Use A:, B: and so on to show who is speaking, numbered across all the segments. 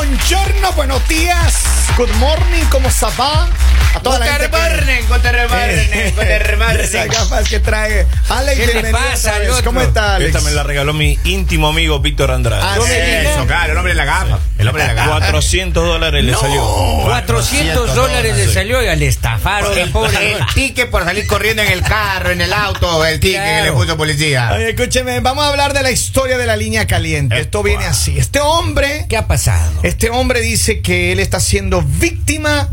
A: Bueno, buenos días. Good morning, ¿cómo se va? A toda la gente. que- Eh, Esas gafas que trae. Alex,
B: ¿Qué le
A: bienvenido
B: pasa
A: otra
B: al
A: vez.
B: otro?
A: ¿Cómo está, Alex?
C: Esta me la regaló mi íntimo amigo Víctor Andrade.
A: Ah,
C: Yo
A: sí.
C: me-
B: Eso,
D: claro, el hombre de la gafa. El hombre de la gafa.
C: 400 dólares le salió.
B: 400 dólares le salió, oiga, le estafaron, el pobre.
D: El ticket por salir corriendo en el carro, en el auto, el ticket
B: Claro.
D: que le puso policía.
A: Oye, escúcheme, vamos a hablar de la historia de la línea caliente.
D: Eh,
A: Esto viene así. Este hombre,
B: ¿Qué ha pasado?
A: este hombre dice que él está siendo víctima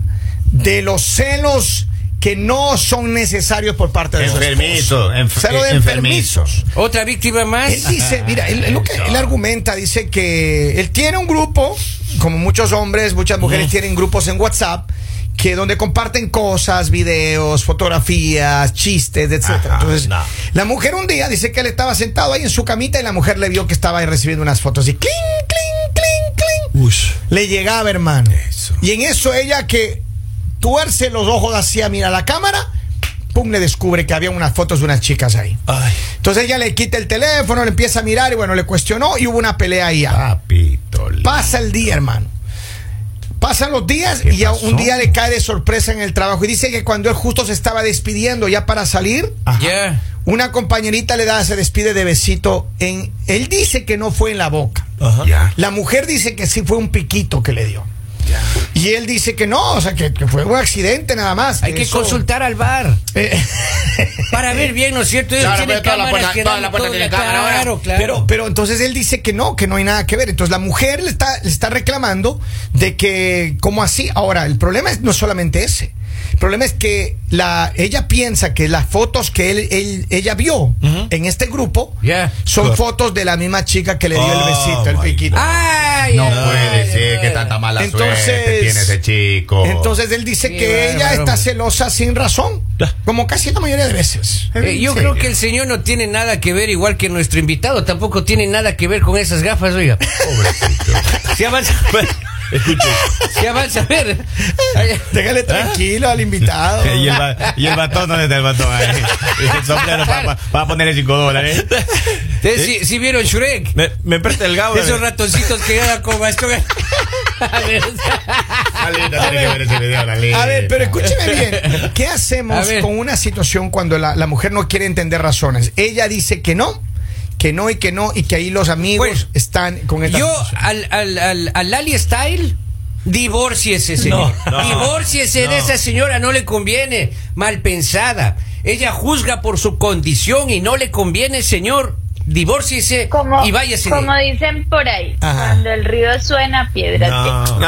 A: de los celos que no son necesarios por parte de su esposo.
D: Enfermizo, enf-
A: Celos de
D: enfermizo.
A: enfermizos.
B: ¿Otra víctima
A: Él
D: Eh,
B: más?
A: dice, mira, él, él lo que, él argumenta, dice que él tiene un grupo, como muchos hombres, muchas mujeres tienen grupos en WhatsApp, que donde comparten cosas, videos, fotografías, chistes, etcétera.
D: Ajá,
A: Entonces,
D: no.
A: la mujer un día dice que él estaba sentado ahí en su camita y la mujer le vio que estaba ahí recibiendo unas fotos y cling, cling, cling, cling. Le llegaba, hermano.
D: Eso.
A: Y en eso ella que tuerce los ojos hacia, mira la cámara, pum, le descubre que había unas fotos de unas chicas ahí.
C: Ay,
A: Entonces ella le quita el teléfono, le empieza a mirar y bueno, le cuestionó y hubo una pelea ahí.
D: Ah. Papito. lindo.
A: Pasa el día, hermano. Pasan los días
D: ¿Qué
A: y ya
D: pasó?
A: un día le cae de sorpresa en el trabajo y dice que cuando él justo se estaba despidiendo ya para salir,
D: Ajá.
B: Ya.
A: una compañerita le da, se despide de besito en... Él dice que no fue en la boca.
C: ajá.
D: Ya.
A: La mujer dice que sí fue un piquito que le dio. Y él dice que no, o sea, que, que fue un accidente nada más.
B: Hay que
A: eso-
B: consultar al bar
A: Eh,
B: para ver bien, ¿no es cierto? Ellos
D: Claro,
B: tienen
D: pero todas las
B: cámaras
D: puertas-
B: que
D: todas
B: dan
D: las puertas
B: todo-
D: tienen cámara ahora.
B: Claro, claro.
A: Pero, pero entonces él dice que no, que no hay nada que ver. Entonces la mujer le está, le está reclamando de que, ¿cómo así? Ahora, el problema es, no es solamente ese. El problema es que la, ella piensa que las fotos que él, él- ella vio en este grupo
B: Ya.
A: son
C: Claro.
A: fotos de la misma chica que le dio el
C: Oh,
A: besito, el
C: my
A: piquito. Ah,
C: God.
B: Ay,
D: No
B: ay,
D: puede
B: ay,
D: ser
B: ay.
D: que tanta mala
A: Entonces-
D: suerte tiene ese chico.
A: Entonces él dice
B: Qué
A: que ella
B: bárbaro,
A: está
B: hombre.
A: celosa sin razón,
C: Ya.
A: como casi la mayoría de veces.
B: Eh, yo
D: Sí.
B: creo que el señor no tiene nada que ver, igual que nuestro invitado, tampoco tiene nada que ver con esas gafas, oiga.
D: Pobrecito.
B: Se avanza,
C: Bueno, escuche.
B: se avanza a ver. Ay,
A: Déjale
C: ¿Ah?
A: tranquilo al invitado.
D: ¿Y el, ba- y el batón? ¿Dónde está el batón? Ahí. El soplero para ponerle 5 dólares.
C: ¿Eh?
B: Ustedes sí, sí vieron Shrek.
C: Me, me presta el gabo. eh.
B: Esos ratoncitos que ganan con bastón. A ver,
D: Lalita, tiene que ver ese video, Lalita.
A: A ver, pero escúcheme bien. ¿Qué
B: A
A: hacemos
B: ver.
A: con una situación cuando la, la mujer no quiere entender razones? Ella dice que no, que no y que no, y que ahí los amigos
B: Pues,
A: están con esta
B: Yo
A: situación.
B: al, al, al, al Ali Style, divórciese, señor.
C: No, no,
B: divórciese de esa señora, no le conviene. Mal pensada. Ella juzga por su condición y no le conviene, señor. Divórciese
E: como,
B: y váyase. de-
E: como dicen por ahí,
A: Ajá.
E: cuando el río suena, piedra
C: No,
E: tiene.
D: No.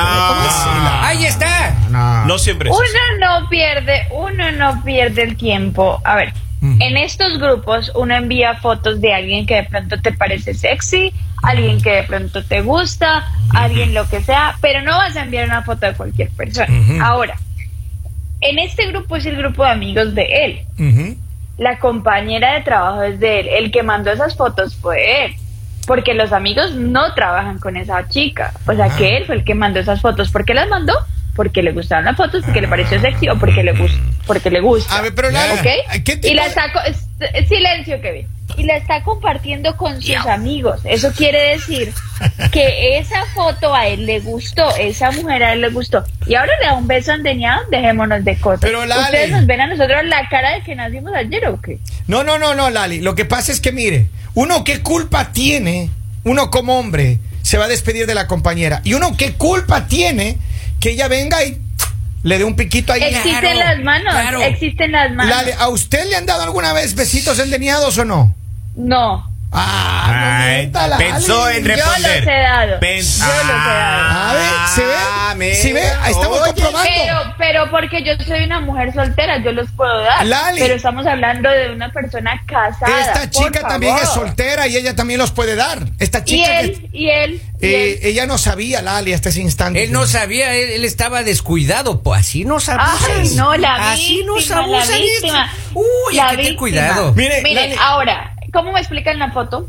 B: Ahí está.
D: No.
C: no siempre es así.
E: Uno no pierde, uno no pierde el tiempo. A ver, en estos grupos uno envía fotos de alguien que de pronto te parece sexy, alguien que de pronto te gusta, alguien lo que sea, pero no vas a enviar una foto de cualquier persona. Ahora, en este grupo es el grupo de amigos de él.
A: Ujú.
E: La compañera de trabajo es de él. El que mandó esas fotos fue él. Porque los amigos no trabajan con esa chica. O sea,
A: Ah.
E: que él fue el que mandó esas fotos. ¿Por qué las mandó? Porque le gustaron las fotos, porque le pareció sexy o porque le gusta. Porque le gusta.
A: A ver, pero Lalo,
E: ¿Ok?
A: ¿qué tipo
E: y la
A: de-
E: está... co- es- Silencio, Kevin. Y la está compartiendo con sus amigos. Eso quiere decir que esa foto a él le gustó. Esa mujer a él le gustó. Y ahora le da un beso andeñado. Dejémonos de cosas.
A: Pero, Lali.
E: ¿Ustedes nos ven a nosotros la cara de que nacimos ayer o qué?
A: No, no, no, no, Lali. Lo que pasa es que, mire, uno qué culpa tiene, uno como hombre se va a despedir de la compañera. Y uno qué culpa tiene que ella venga y le dé un piquito ahí.
E: Existen
B: Claro,
E: las manos,
B: claro.
E: existen las manos.
A: Lali, ¿a usted le han dado alguna vez besitos endeniados o no?
E: No,
A: Ah, no
D: Ay,
A: mienta, Lali.
D: pensó en
E: Yo los
D: responder.
E: he dado.
D: Pens-
E: Yo los he dado.
A: A ver, ¿se ve?
D: Ah, mira.
A: ¿Sí ve? Ahí estamos
D: Oye,
A: comprobando.
E: pero, pero porque yo soy una mujer soltera, yo los puedo dar.
A: Lali.
E: Pero estamos hablando de una persona casada.
A: Esta
E: por
A: chica también
E: favor.
A: es soltera y ella también los puede dar. Esta
E: Y
A: chica que-
E: él, y él, y
A: eh,
E: él.
A: ella no sabía, Lali, hasta ese instante.
B: Él no sabía, él, él estaba descuidado, pues así no sabía.
E: Ay, no, la
B: Así no
E: víctima, la
B: abusan y esto-
E: víctima.
B: Uy,
E: La
B: hay que tener
E: víctima.
B: cuidado.
A: Mire,
E: Miren,
A: Lali,
E: ahora, ¿cómo me explican la foto?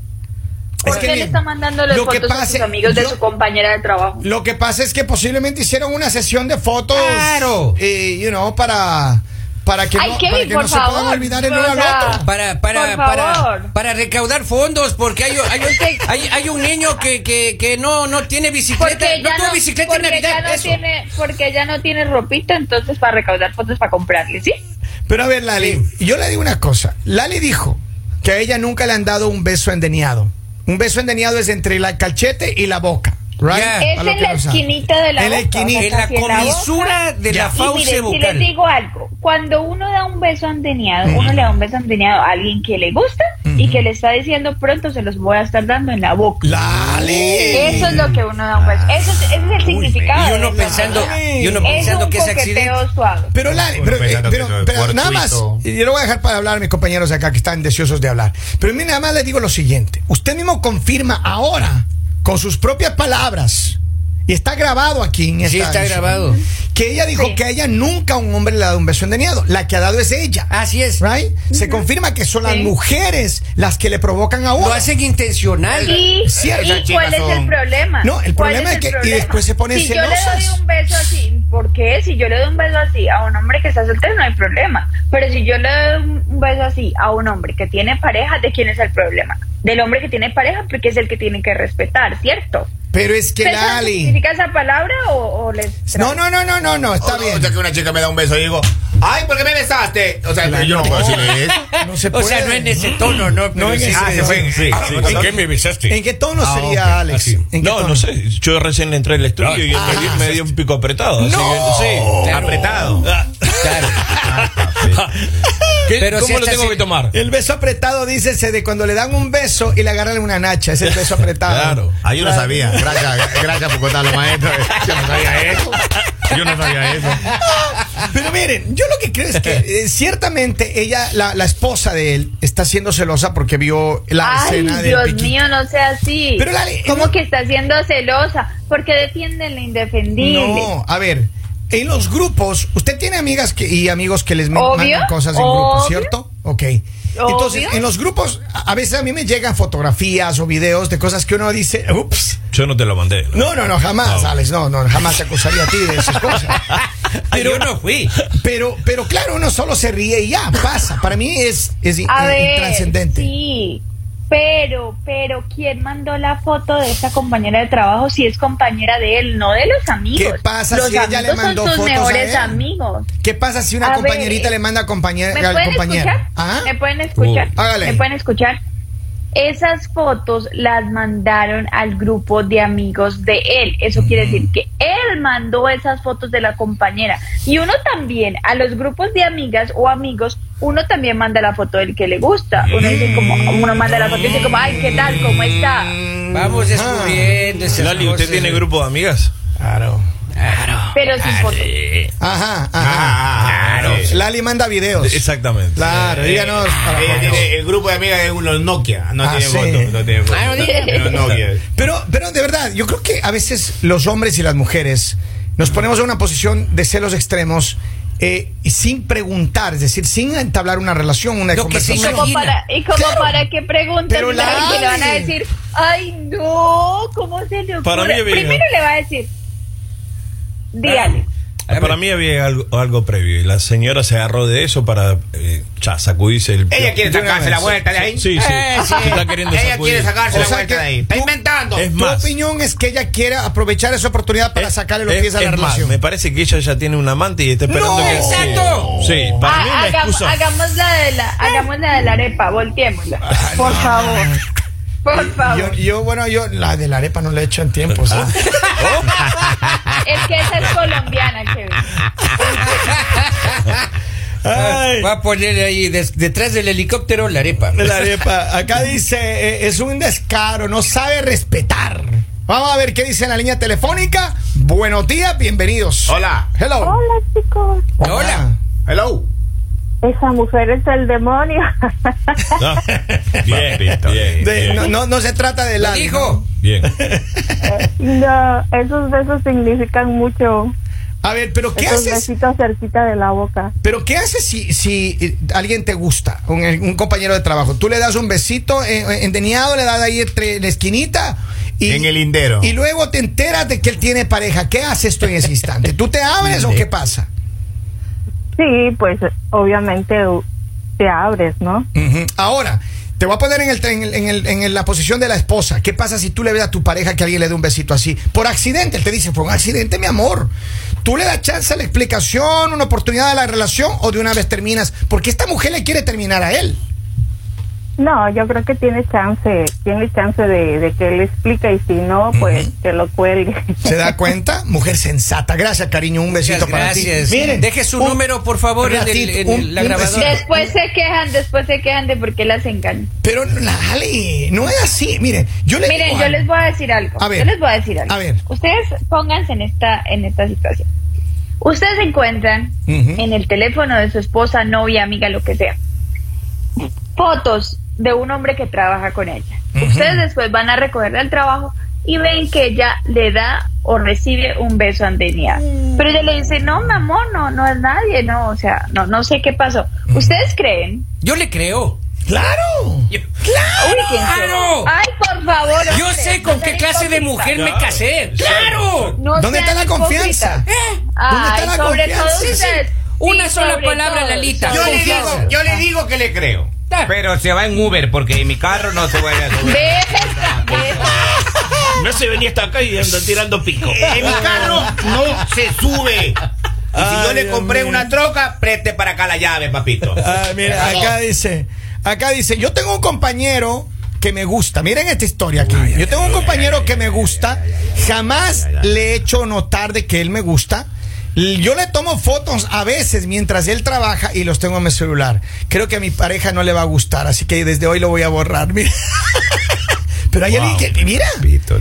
A: es
E: ¿Por
A: que
E: qué le
A: miren,
E: está mandando las
A: lo que
E: fotos a
A: pasa-
E: sus amigos de
A: yo-
E: su compañera de trabajo?
A: Lo que pasa es que posiblemente hicieron una sesión de fotos.
B: Claro.
A: Eh, you know, para. para que
E: Ay,
A: no,
E: Kevin,
A: para que
E: por
A: no se
E: favor,
A: puedan olvidar el
E: o
A: uno al
E: sea,
A: otro.
B: Para, para,
E: Por
B: para,
E: favor.
B: para recaudar fondos, porque hay, hay, hay- hay un niño que, que, que no, no tiene bicicleta,
E: Porque
B: no
E: ya
B: tuvo
E: no,
B: bicicleta en
E: porque
B: Navidad.
E: ya no
B: eso.
E: tiene, porque ya no tiene ropita, entonces para recaudar fondos para comprarle, ¿sí?
A: Pero a ver, Lali, yo le digo una cosa. Lali dijo que a ella nunca le han dado un beso endeniado. Un beso endeniado es entre la cachete y la boca. Right?
B: Ya.
A: Para
E: Es
A: lo
E: en
A: que
E: la
A: no saben.
E: esquinita de la
A: En la
E: boca, o sea,
A: esquinita.
B: En la
E: casi en la boca.
B: comisura de la
A: Ya.
E: Y
B: fauce
E: mire, si les
B: bucal.
E: digo algo, cuando uno da un beso
B: Mm.
E: andeneado, uno le da un beso andeneado a alguien que le gusta y que le está diciendo pronto se los voy a estar dando en la boca.
A: Lali.
E: Eso es lo que uno da un beso. Eso es, ese es el significado.
B: Y
E: de
B: uno
E: la
B: pensando,
E: manía.
B: y uno pensando
E: es
B: que
E: un
B: es accidente.
E: coqueteo suave.
A: Pero Lali,
D: Bueno,
A: pero, eh,
D: pensando que
A: pero-
D: soy
A: pero nada más,
D: puertuito.
A: y yo lo voy a dejar para hablar a mis compañeros de acá que están deseosos de hablar. Pero mire, nada más les digo lo siguiente. Usted mismo confirma ahora, con sus propias palabras, y está grabado aquí en
B: Sí,
A: esta
B: está
A: emisión,
B: grabado.
A: que ella dijo
E: Sí.
A: que a ella nunca un hombre le ha dado un beso endeniado. La que ha dado es ella.
B: Así es.
A: Right? Se confirma que son las
E: Sí.
A: mujeres las que le provocan a uno.
B: Lo hacen intencional.
E: ¿Y,
A: Sí,
E: ¿y
A: esas
E: cuál
D: chicas
E: es el
D: son-
E: problema?
A: No, el
E: ¿Cuál
A: problema es que- y
E: problema?
A: después se ponen
E: si yo le
A: celosas.
E: doy un beso así, ¿por qué? Si yo le doy un beso así a un hombre que está soltero, no hay problema. Pero si yo le doy un- un beso así a un hombre que tiene pareja, ¿de quién es el problema? Del hombre que tiene pareja, porque es el que tiene que respetar, ¿cierto?
A: Pero es que
E: ¿Eso
A: Lali.
E: ¿Significa esa palabra o, o les.?
A: No, no, no, no, no, no, está
D: O- o
A: bien.
D: sea, Oh, que una chica me da un beso y digo, ay, ¿por qué me besaste? O sea,
A: Claro.
D: yo no puedo decirle eso.
A: No se
B: O sea,
A: puede.
B: no en ese tono, no.
A: No
B: Pero
A: en
B: sí
A: ese-
B: se-
A: Ah, se fue.
C: Sí, sí.
A: ¿En qué
C: me besaste?
A: ¿En qué tono
D: Ah,
A: sería,
D: ok,
A: Alex?
D: así.
A: ¿En qué
C: No,
A: tono?
C: no sé. Yo recién entré al estudio y entré
A: Ah.
C: medio un pico apretado. así
A: No. Ah.
C: que- sí,
B: Claro.
C: apretado.
B: Claro.
D: Ah,
C: ¿Qué-
B: Pero
C: ¿Cómo
B: si
C: lo
B: esta
C: tengo
B: sí-
C: que tomar?
A: El beso apretado, dícese, de cuando le dan un beso y le agarran una nacha. Es el beso apretado.
C: Claro.
D: Ah, yo no sabía. Gracias, gracias por contarlo, maestro. Yo no sabía eso. Yo no sabía eso.
A: Ah, Pero miren, yo lo que creo es que eh, ciertamente ella, la, la esposa de él, está siendo celosa porque vio la
E: Ay,
A: escena de
E: Dios mío, no sea así.
A: Pero, Lali,
E: ¿Cómo
A: no-
E: que está siendo celosa? Porque defienden lo indefendible.
A: No, a ver. En los grupos, usted tiene amigas que, y amigos que les men-
E: Obvio,
A: mandan cosas en
E: obvio.
A: grupos, ¿cierto? Ok. Entonces,
E: Obvio.
A: en los grupos, a a veces a mí me llegan fotografías o videos de cosas que uno dice, ups.
C: Yo no te lo mandé.
A: No, no, no, jamás,
C: No.
A: Alex, no, no, jamás te acusaría a ti de esas cosas.
B: Yo no fui.
A: Pero, pero claro, uno solo se ríe y ya, pasa. Para mí es, es in-
E: A
A: in-
E: ver,
A: eh, intrascendente.
E: sí, pero, pero, ¿quién mandó la foto de esta compañera de trabajo si es compañera de él, no de los amigos?
A: ¿Qué pasa
E: los
A: si ella
E: amigos
A: le mandó
E: son sus
A: fotos a
E: mejores
A: él?
E: amigos.
A: ¿Qué pasa si una
E: A
A: compañerita
E: ver,
A: le manda a compañera,
E: ¿Me
A: al
E: pueden
A: compañero? ¿Ah?
E: escuchar?
A: Ajá.
E: ¿Me pueden escuchar?
A: Uh, hágale.
E: ¿Me pueden escuchar? Esas fotos las mandaron al grupo de amigos de él. Eso quiere decir que él mandó esas fotos de la compañera. Y uno también, a los grupos de amigas o amigos, uno también manda la foto del que le gusta. Uno dice como, uno manda la foto y dice como, ay, ¿qué tal? ¿Cómo está?
B: Vamos descubriendo esas
C: Lali, ¿usted
B: cosas.
C: tiene grupo de amigas?
A: Claro.
B: Claro. Eh.
E: Pero sin foto.
A: Ajá, ajá.
D: Claro.
A: Sí. Lali manda videos.
C: Exactamente.
A: Claro, díganos. para
D: Ella
A: favor.
D: tiene Eh, el grupo de amigas es unos Nokia. No
A: Ah,
D: tiene
A: sí.
D: voto. No tiene voto.
B: Ah, no tiene-
D: Unos Nokia.
A: eh. Pero, pero de verdad, yo creo que a veces los hombres y las mujeres nos ponemos en una posición de celos extremos eh, y sin preguntar, es decir, sin entablar una relación, una
B: Lo que se
A: conversación.
B: imagina.
E: Como para, y como
A: Claro.
E: para que pregunten,
A: Pero
E: y saben que le van a
A: Lali.
E: decir, ay no, ¿cómo se le ocurre?
C: Para mí, amiga.
E: Primero le va a decir, dígale.
C: Ah, Para mí había algo, algo previo y la señora se agarró de eso para eh, ya sacudirse el.
D: Ella quiere
A: De una
D: sacarse la
A: vez.
D: vuelta de ahí.
C: Sí, sí.
B: Eh, sí.
C: Se está queriendo
D: Ella
C: sacudir.
D: quiere sacarse
A: O
D: la
A: sea
D: vuelta
A: que
D: de ahí. Está
A: tú-
D: inventando.
C: Es
A: Tu
C: más.
A: opinión es que ella quiere aprovechar esa oportunidad para sacarle los
C: Es-
A: pies a la
C: es más,
A: relación.
C: me parece que ella ya tiene un amante y está esperando
A: ¡No!
C: que.
B: ¡Exacto!
C: Sí, Sí, para
E: Ah,
C: mí la
E: hagam-
C: excusa.
E: hagamos la de
A: Eh.
E: la, hagamos la de la arepa, volteémosla. Por favor. Por
A: Ah, Yo,
E: favor.
A: yo, bueno, yo la de la arepa no la he hecho en ¿eh? tiempo. ¿sabes?
E: Es que esa es colombiana, Kevin.
A: Ay.
B: Va a poner ahí des- detrás del helicóptero la arepa.
A: La arepa. Acá dice, eh, es un descaro, no sabe respetar. Vamos a ver qué dice en la línea telefónica. Buenos días, bienvenidos.
D: Hola.
A: Hello.
F: Hola chicos,
B: Hola.
D: Hello.
F: esa mujer es el demonio.
C: Ah, Bien, bien, bien.
A: De- no, no, no se trata de la.
B: Dijo.
C: bien.
F: no, esos besos significan mucho.
A: A ver, pero ¿qué
F: esos
A: haces?
F: besitos cerquita de la boca.
A: Pero ¿qué haces si, si eh, alguien te gusta? Un, un compañero de trabajo. Tú le das un besito eh, endeniado, le das ahí entre la esquinita. Y,
D: En el lindero.
A: Y luego te enteras de que él tiene pareja. ¿Qué haces tú en ese instante? ¿Tú te abres o qué pasa?
F: Sí, pues obviamente u- te abres, ¿no?
A: Ujú. Ahora, te voy a poner en, el, en, el- en el- en el- la posición de la esposa. ¿Qué pasa si tú le ves a tu pareja que alguien le dé un besito así? Por accidente, él te dice, fue un accidente, mi amor. ¿Tú le das chance a la explicación, una oportunidad a la relación o de una vez terminas? Porque esta mujer le quiere terminar a él.
F: No, yo creo que tiene chance, tiene chance de, de que él explique y si no, pues que lo cuelgue.
A: ¿Se da cuenta? Mujer sensata. Gracias, cariño. Un besito
B: Muchas
A: para ti.
B: gracias. Deje su número, por favor, en el- en el- la grabadora.
A: besito.
E: Después se quejan, después se quejan de por qué las engañan.
A: Pero, Lali, no es así. Mire, yo le
E: Miren,
A: digo
E: yo
A: algo.
E: les voy a decir algo.
A: A ver.
E: yo les voy a decir algo.
A: A ver.
E: Ustedes pónganse en esta, en esta situación. Ustedes se encuentran
A: Ujú.
E: en el teléfono de su esposa, novia, amiga, lo que sea, fotos de un hombre que trabaja con ella. Ustedes después van a recoger del trabajo y ven que ella le da o recibe un beso andenial. Pero ella le dice, no, mi amor, no, no es nadie, no, o sea, no, no sé qué pasó. ¿Ustedes creen?
B: Yo le creo.
A: ¡Claro!
B: Yo-
E: Ubíquense.
B: ¡Claro!
E: Ay, por favor.
B: ¡Ah, Yo
E: hombre,
B: sé
E: no
B: con qué
E: sean
B: clase de
E: hipócritas.
B: mujer me
C: Claro.
B: casé.
C: Sí.
B: ¡Claro!
E: No
A: ¿Dónde está
E: sean
A: la confianza?
E: hipócritas.
A: ¿Dónde está
E: Ay,
A: la
E: sobre
A: confianza?
E: todo ustedes.
B: Sí. Una sola
E: sobre
B: palabra,
E: todo,
B: Lalita.
E: sobre
D: Yo le
E: todo.
D: digo, yo le digo que le creo.
B: Ah.
D: Pero se va en Uber porque en mi carro no se vuelve a subir.
E: Ve esta, ve esta.
C: No se venía hasta acá y anda tirando pico.
D: Eh,
C: Ah.
D: En mi carro no se sube. Y si yo
A: Ay,
D: le
A: Dios
D: compré
A: mío.
D: una troca, preste para acá la llave, papito.
A: Ah, mira, acá dice, acá dice, yo tengo un compañero que me gusta. Miren esta historia aquí. Yo tengo un compañero que me gusta. Jamás le he hecho notar de que él me gusta. L- Yo le tomo fotos a veces mientras él trabaja y los tengo en mi celular. Creo que a mi pareja no le va a gustar, así que desde hoy lo voy a borrar. Mira. Pero hay alguien que, mira.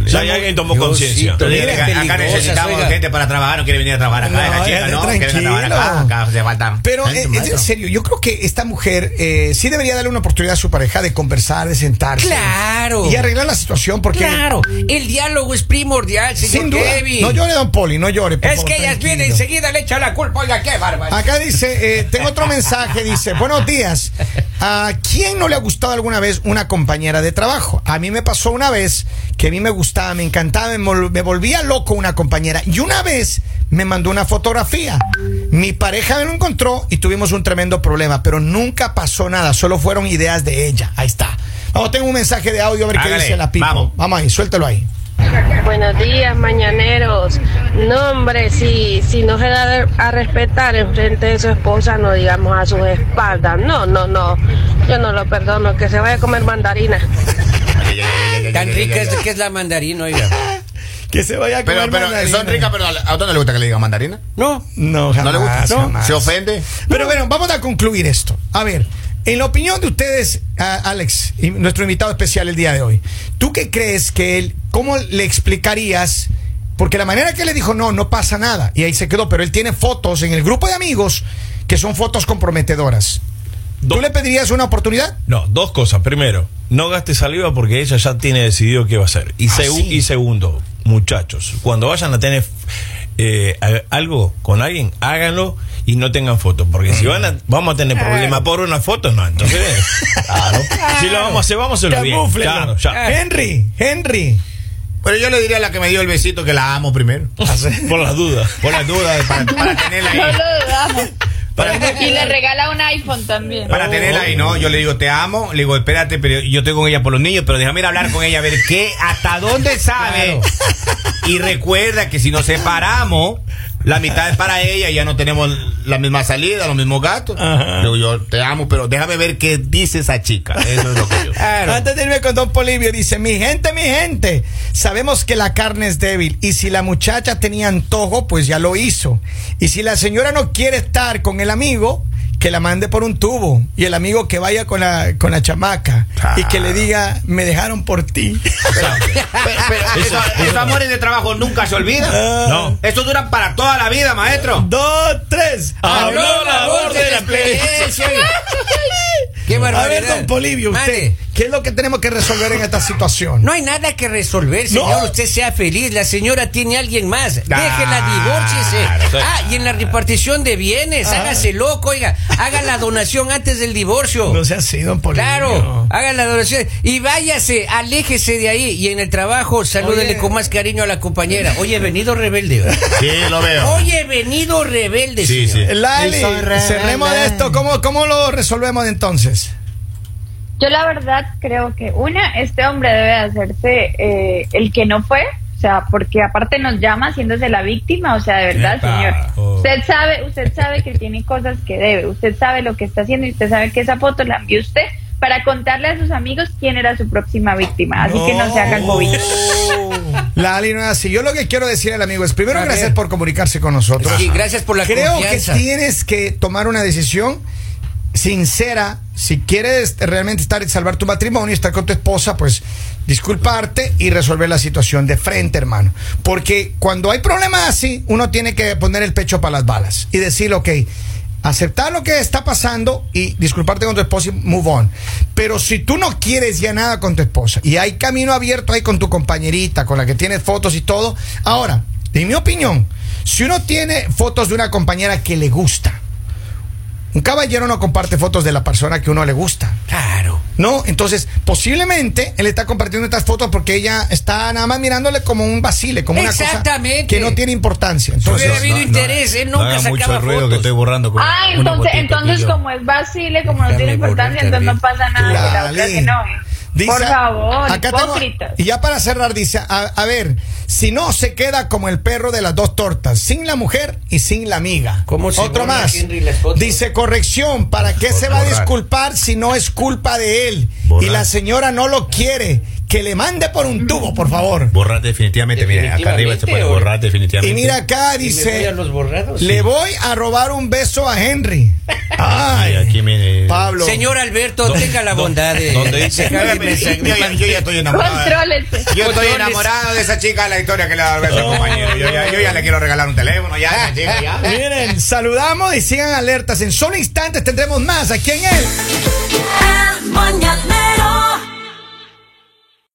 C: Ya hay alguien que tomó conciencia.
B: Diosito.
D: Mire,
B: Mira,
D: acá
B: peligrosas,
D: necesitamos
B: oiga.
D: gente para trabajar, no quiere venir a trabajar acá,
A: No,
D: la
A: eh,
D: chica, ¿no? Que venga a trabajar acá,
A: tranquilo.
D: acá se falta.
A: Pero eh, es, en serio, yo creo que esta mujer eh, sí debería darle una oportunidad a su pareja de conversar, de sentarse.
B: Claro.
A: Y arreglar la situación porque...
B: Claro, el diálogo es primordial, señor
A: Sin duda.
B: Kevin.
A: No llore, don Poli, no llore. por
B: es
A: favor,
B: que ellas
A: tranquilo.
B: vienen enseguida le echan la culpa. Oiga, qué bárbaro.
A: Acá dice, eh, tengo otro mensaje, dice, buenos días. ¿A quién no le ha gustado alguna vez una compañera de trabajo? A mí me pasó una vez que a mí me gustaba, me encantaba, me, mol- me volvía loco una compañera. Y una vez me mandó una fotografía. Mi pareja me lo encontró y tuvimos un tremendo problema, pero nunca pasó nada, solo fueron ideas de ella. Ahí está. Vamos, tengo un mensaje de audio a ver qué
D: Hágale,
A: dice la pipa.
D: vamos.
A: vamos ahí, suéltalo ahí.
G: Buenos días, mañaneros. No, hombre, si, si no se da a respetar en frente de su esposa, no digamos a sus espaldas. No, no, no. Yo no lo perdono, que se vaya a comer mandarina.
B: Tan rica es que es la mandarina, oiga.
A: Que se vaya a
D: Pero,
A: comer
D: pero,
A: mandarina.
D: son ricas, pero ¿a dónde le gusta que le digan mandarina?
B: No,
A: No,
D: ¿No
A: jamás,
D: le gusta?
A: jamás.
D: ¿Se ofende?
A: Pero bueno, vamos a concluir esto. A ver, en la opinión de ustedes, a- Alex, y nuestro invitado especial el día de hoy, ¿tú qué crees que él, cómo le explicarías? Porque la manera que le dijo, no, no pasa nada, y ahí se quedó, pero él tiene fotos en el grupo de amigos que son fotos comprometedoras. ¿Tú
C: Do-
A: le pedirías una oportunidad?
C: No, dos cosas. Primero, no gaste saliva porque ella ya tiene decidido qué va a hacer. Y,
A: Ah,
C: segu-
A: sí.
C: y segundo, muchachos, cuando vayan a tener eh, a- algo con alguien, háganlo y no tengan fotos. Porque si van a, vamos a tener problemas por una foto, no. Entonces, claro. Si lo vamos a hacer, vamos a hacerlo bien.
A: Camúflenlo.
C: Claro, ya.
A: Eh. Henry, Henry.
D: Pero yo le diría a la que me dio el besito que la amo primero.
C: Por las dudas.
D: Por las dudas, para, para tenerla
E: No
D: ahí.
E: lo dudamos.
D: Para-
E: Y le regala un iPhone también.
D: Para tenerla ahí, ¿no? Yo le digo, te amo. Le digo, espérate, pero yo estoy con ella por los niños, pero déjame ir a hablar con ella a ver qué, hasta dónde sabe. Y recuerda que si nos separamos, la mitad es para ella y ya no tenemos la misma salida, los mismos gastos. Le Digo, yo te amo, pero déjame ver qué dice esa chica. Eso es lo que yo.
B: claro.
A: Antes de irme con Don Polivio, dice, mi gente, mi gente, sabemos que la carne es débil y si la muchacha tenía antojo, pues ya lo hizo. Y si la señora no quiere estar con el amigo, que la mande por un tubo y el amigo que vaya con la, con la chamaca y que le diga, me dejaron por ti.
D: Pero, pero, eso- esos amores de trabajo nunca se olvidan.
C: No.
D: Eso duran para toda la vida, maestro.
A: Dos, tres.
C: Habló la voz de la
B: experiencia, oiga. Qué
A: A
B: barbaridad.
A: ver, Don Polivio, usted,
B: Mande.
A: ¿qué ¿Qué es lo que tenemos que resolver en esta situación?
B: No hay nada que resolver, señor.
A: No.
B: Usted sea feliz. La señora tiene a alguien más.
D: Claro.
B: Déjela, divórciese. Ah, y en la repartición de bienes,
C: Ah.
B: hágase loco, oiga. Haga la donación antes del divorcio.
A: No se ha sido por
B: Claro, haga la donación. Y váyase, aléjese de ahí. Y en el trabajo, salúdele
A: Oye.
B: con más cariño a la compañera. Oye, he venido rebelde. ¿verdad?
C: Sí, lo veo.
B: Oye, he venido rebelde.
C: Sí,
B: señor.
C: sí.
A: Lali,
H: Soy rebelde.
A: cerremos de esto. ¿Cómo, ¿Cómo lo resolvemos entonces?
E: Yo la verdad creo que una, este hombre debe hacerse eh, el que no fue, o sea, porque aparte nos llama haciéndose la víctima, o sea, de verdad,
C: Epa.
E: señor.
C: Oh.
E: Usted sabe, usted sabe que tiene cosas que debe, usted sabe lo que está haciendo y usted sabe que esa foto la envió usted para contarle a sus amigos quién era su próxima víctima, así que no se hagan bobitos.
A: Lali no es así. Yo lo que quiero decir al amigo es, primero,
B: A ver.
A: gracias por comunicarse con nosotros.
B: Sí, gracias por la
A: Creo
B: confianza.
A: que tienes que tomar una decisión sincera. Si quieres realmente estar salvar tu matrimonio y estar con tu esposa, pues disculparte y resolver la situación de frente, hermano. Porque cuando hay problemas así, uno tiene que poner el pecho para las balas y decir, ok, aceptar lo que está pasando y disculparte con tu esposa y move on. Pero si tú no quieres ya nada con tu esposa y hay camino abierto ahí con tu compañerita, con la que tienes fotos y todo, ahora, en mi opinión, si uno tiene fotos de una compañera que le gusta, un caballero no comparte fotos de la persona que uno le gusta.
B: Claro.
A: No, entonces posiblemente él está compartiendo estas fotos porque ella está nada más mirándole como un vacile, como una cosa
B: Exactamente.
A: que no tiene importancia. Entonces,
B: Hubiera habido interés, él nunca
C: haga
B: sacaba
C: mucho ruido
B: fotos.
C: que estoy borrando con
E: Ah,
C: una
E: entonces,
C: gotita
E: entonces
C: aquí yo.
E: como es Basile, como no
B: Déjame
E: tiene importancia,
B: borrar
E: entonces
B: también.
E: no pasa nada que la otra
A: Dale.
E: que no. eh.
A: Dice-
E: Por favor,
A: acá tengo-
E: hipócritas.
A: y ya para cerrar, dice, a, a ver, si no se queda como el perro de las dos tortas, sin la mujer y sin la amiga.
B: ¿Cómo se
A: Otro
B: borra
A: más.
B: Henry las fotos?
A: Dice, corrección, ¿para qué se va a
C: Borrar.
A: disculpar si no es culpa de él?
C: Borrar.
A: Y la señora no lo quiere. Que le mande por un tubo, por favor.
C: Borrar definitivamente, mira, acá arriba se puede
B: Definitivamente, o-
C: borrar
A: Y
C: definitivamente.
A: mira acá,
B: Y me voy a
A: dice,
B: los borrados.
A: le voy a robar un beso a Henry.
C: Ay, aquí me...
A: Pablo.
B: Señor Alberto, tenga la bondad de.
C: Donde dice,
B: dejar de mensaje.
D: yo, ya, yo ya estoy enamorado.
E: Contrólese.
D: Yo estoy
B: Controles.
D: enamorado de esa chica de la historia que le da a Alberto, compañero. Yo ya, yo ya le quiero regalar un teléfono, ya, ya, chica, ya.
A: Miren, saludamos y sigan alertas. En solo instantes tendremos más aquí en él.
I: El mañanero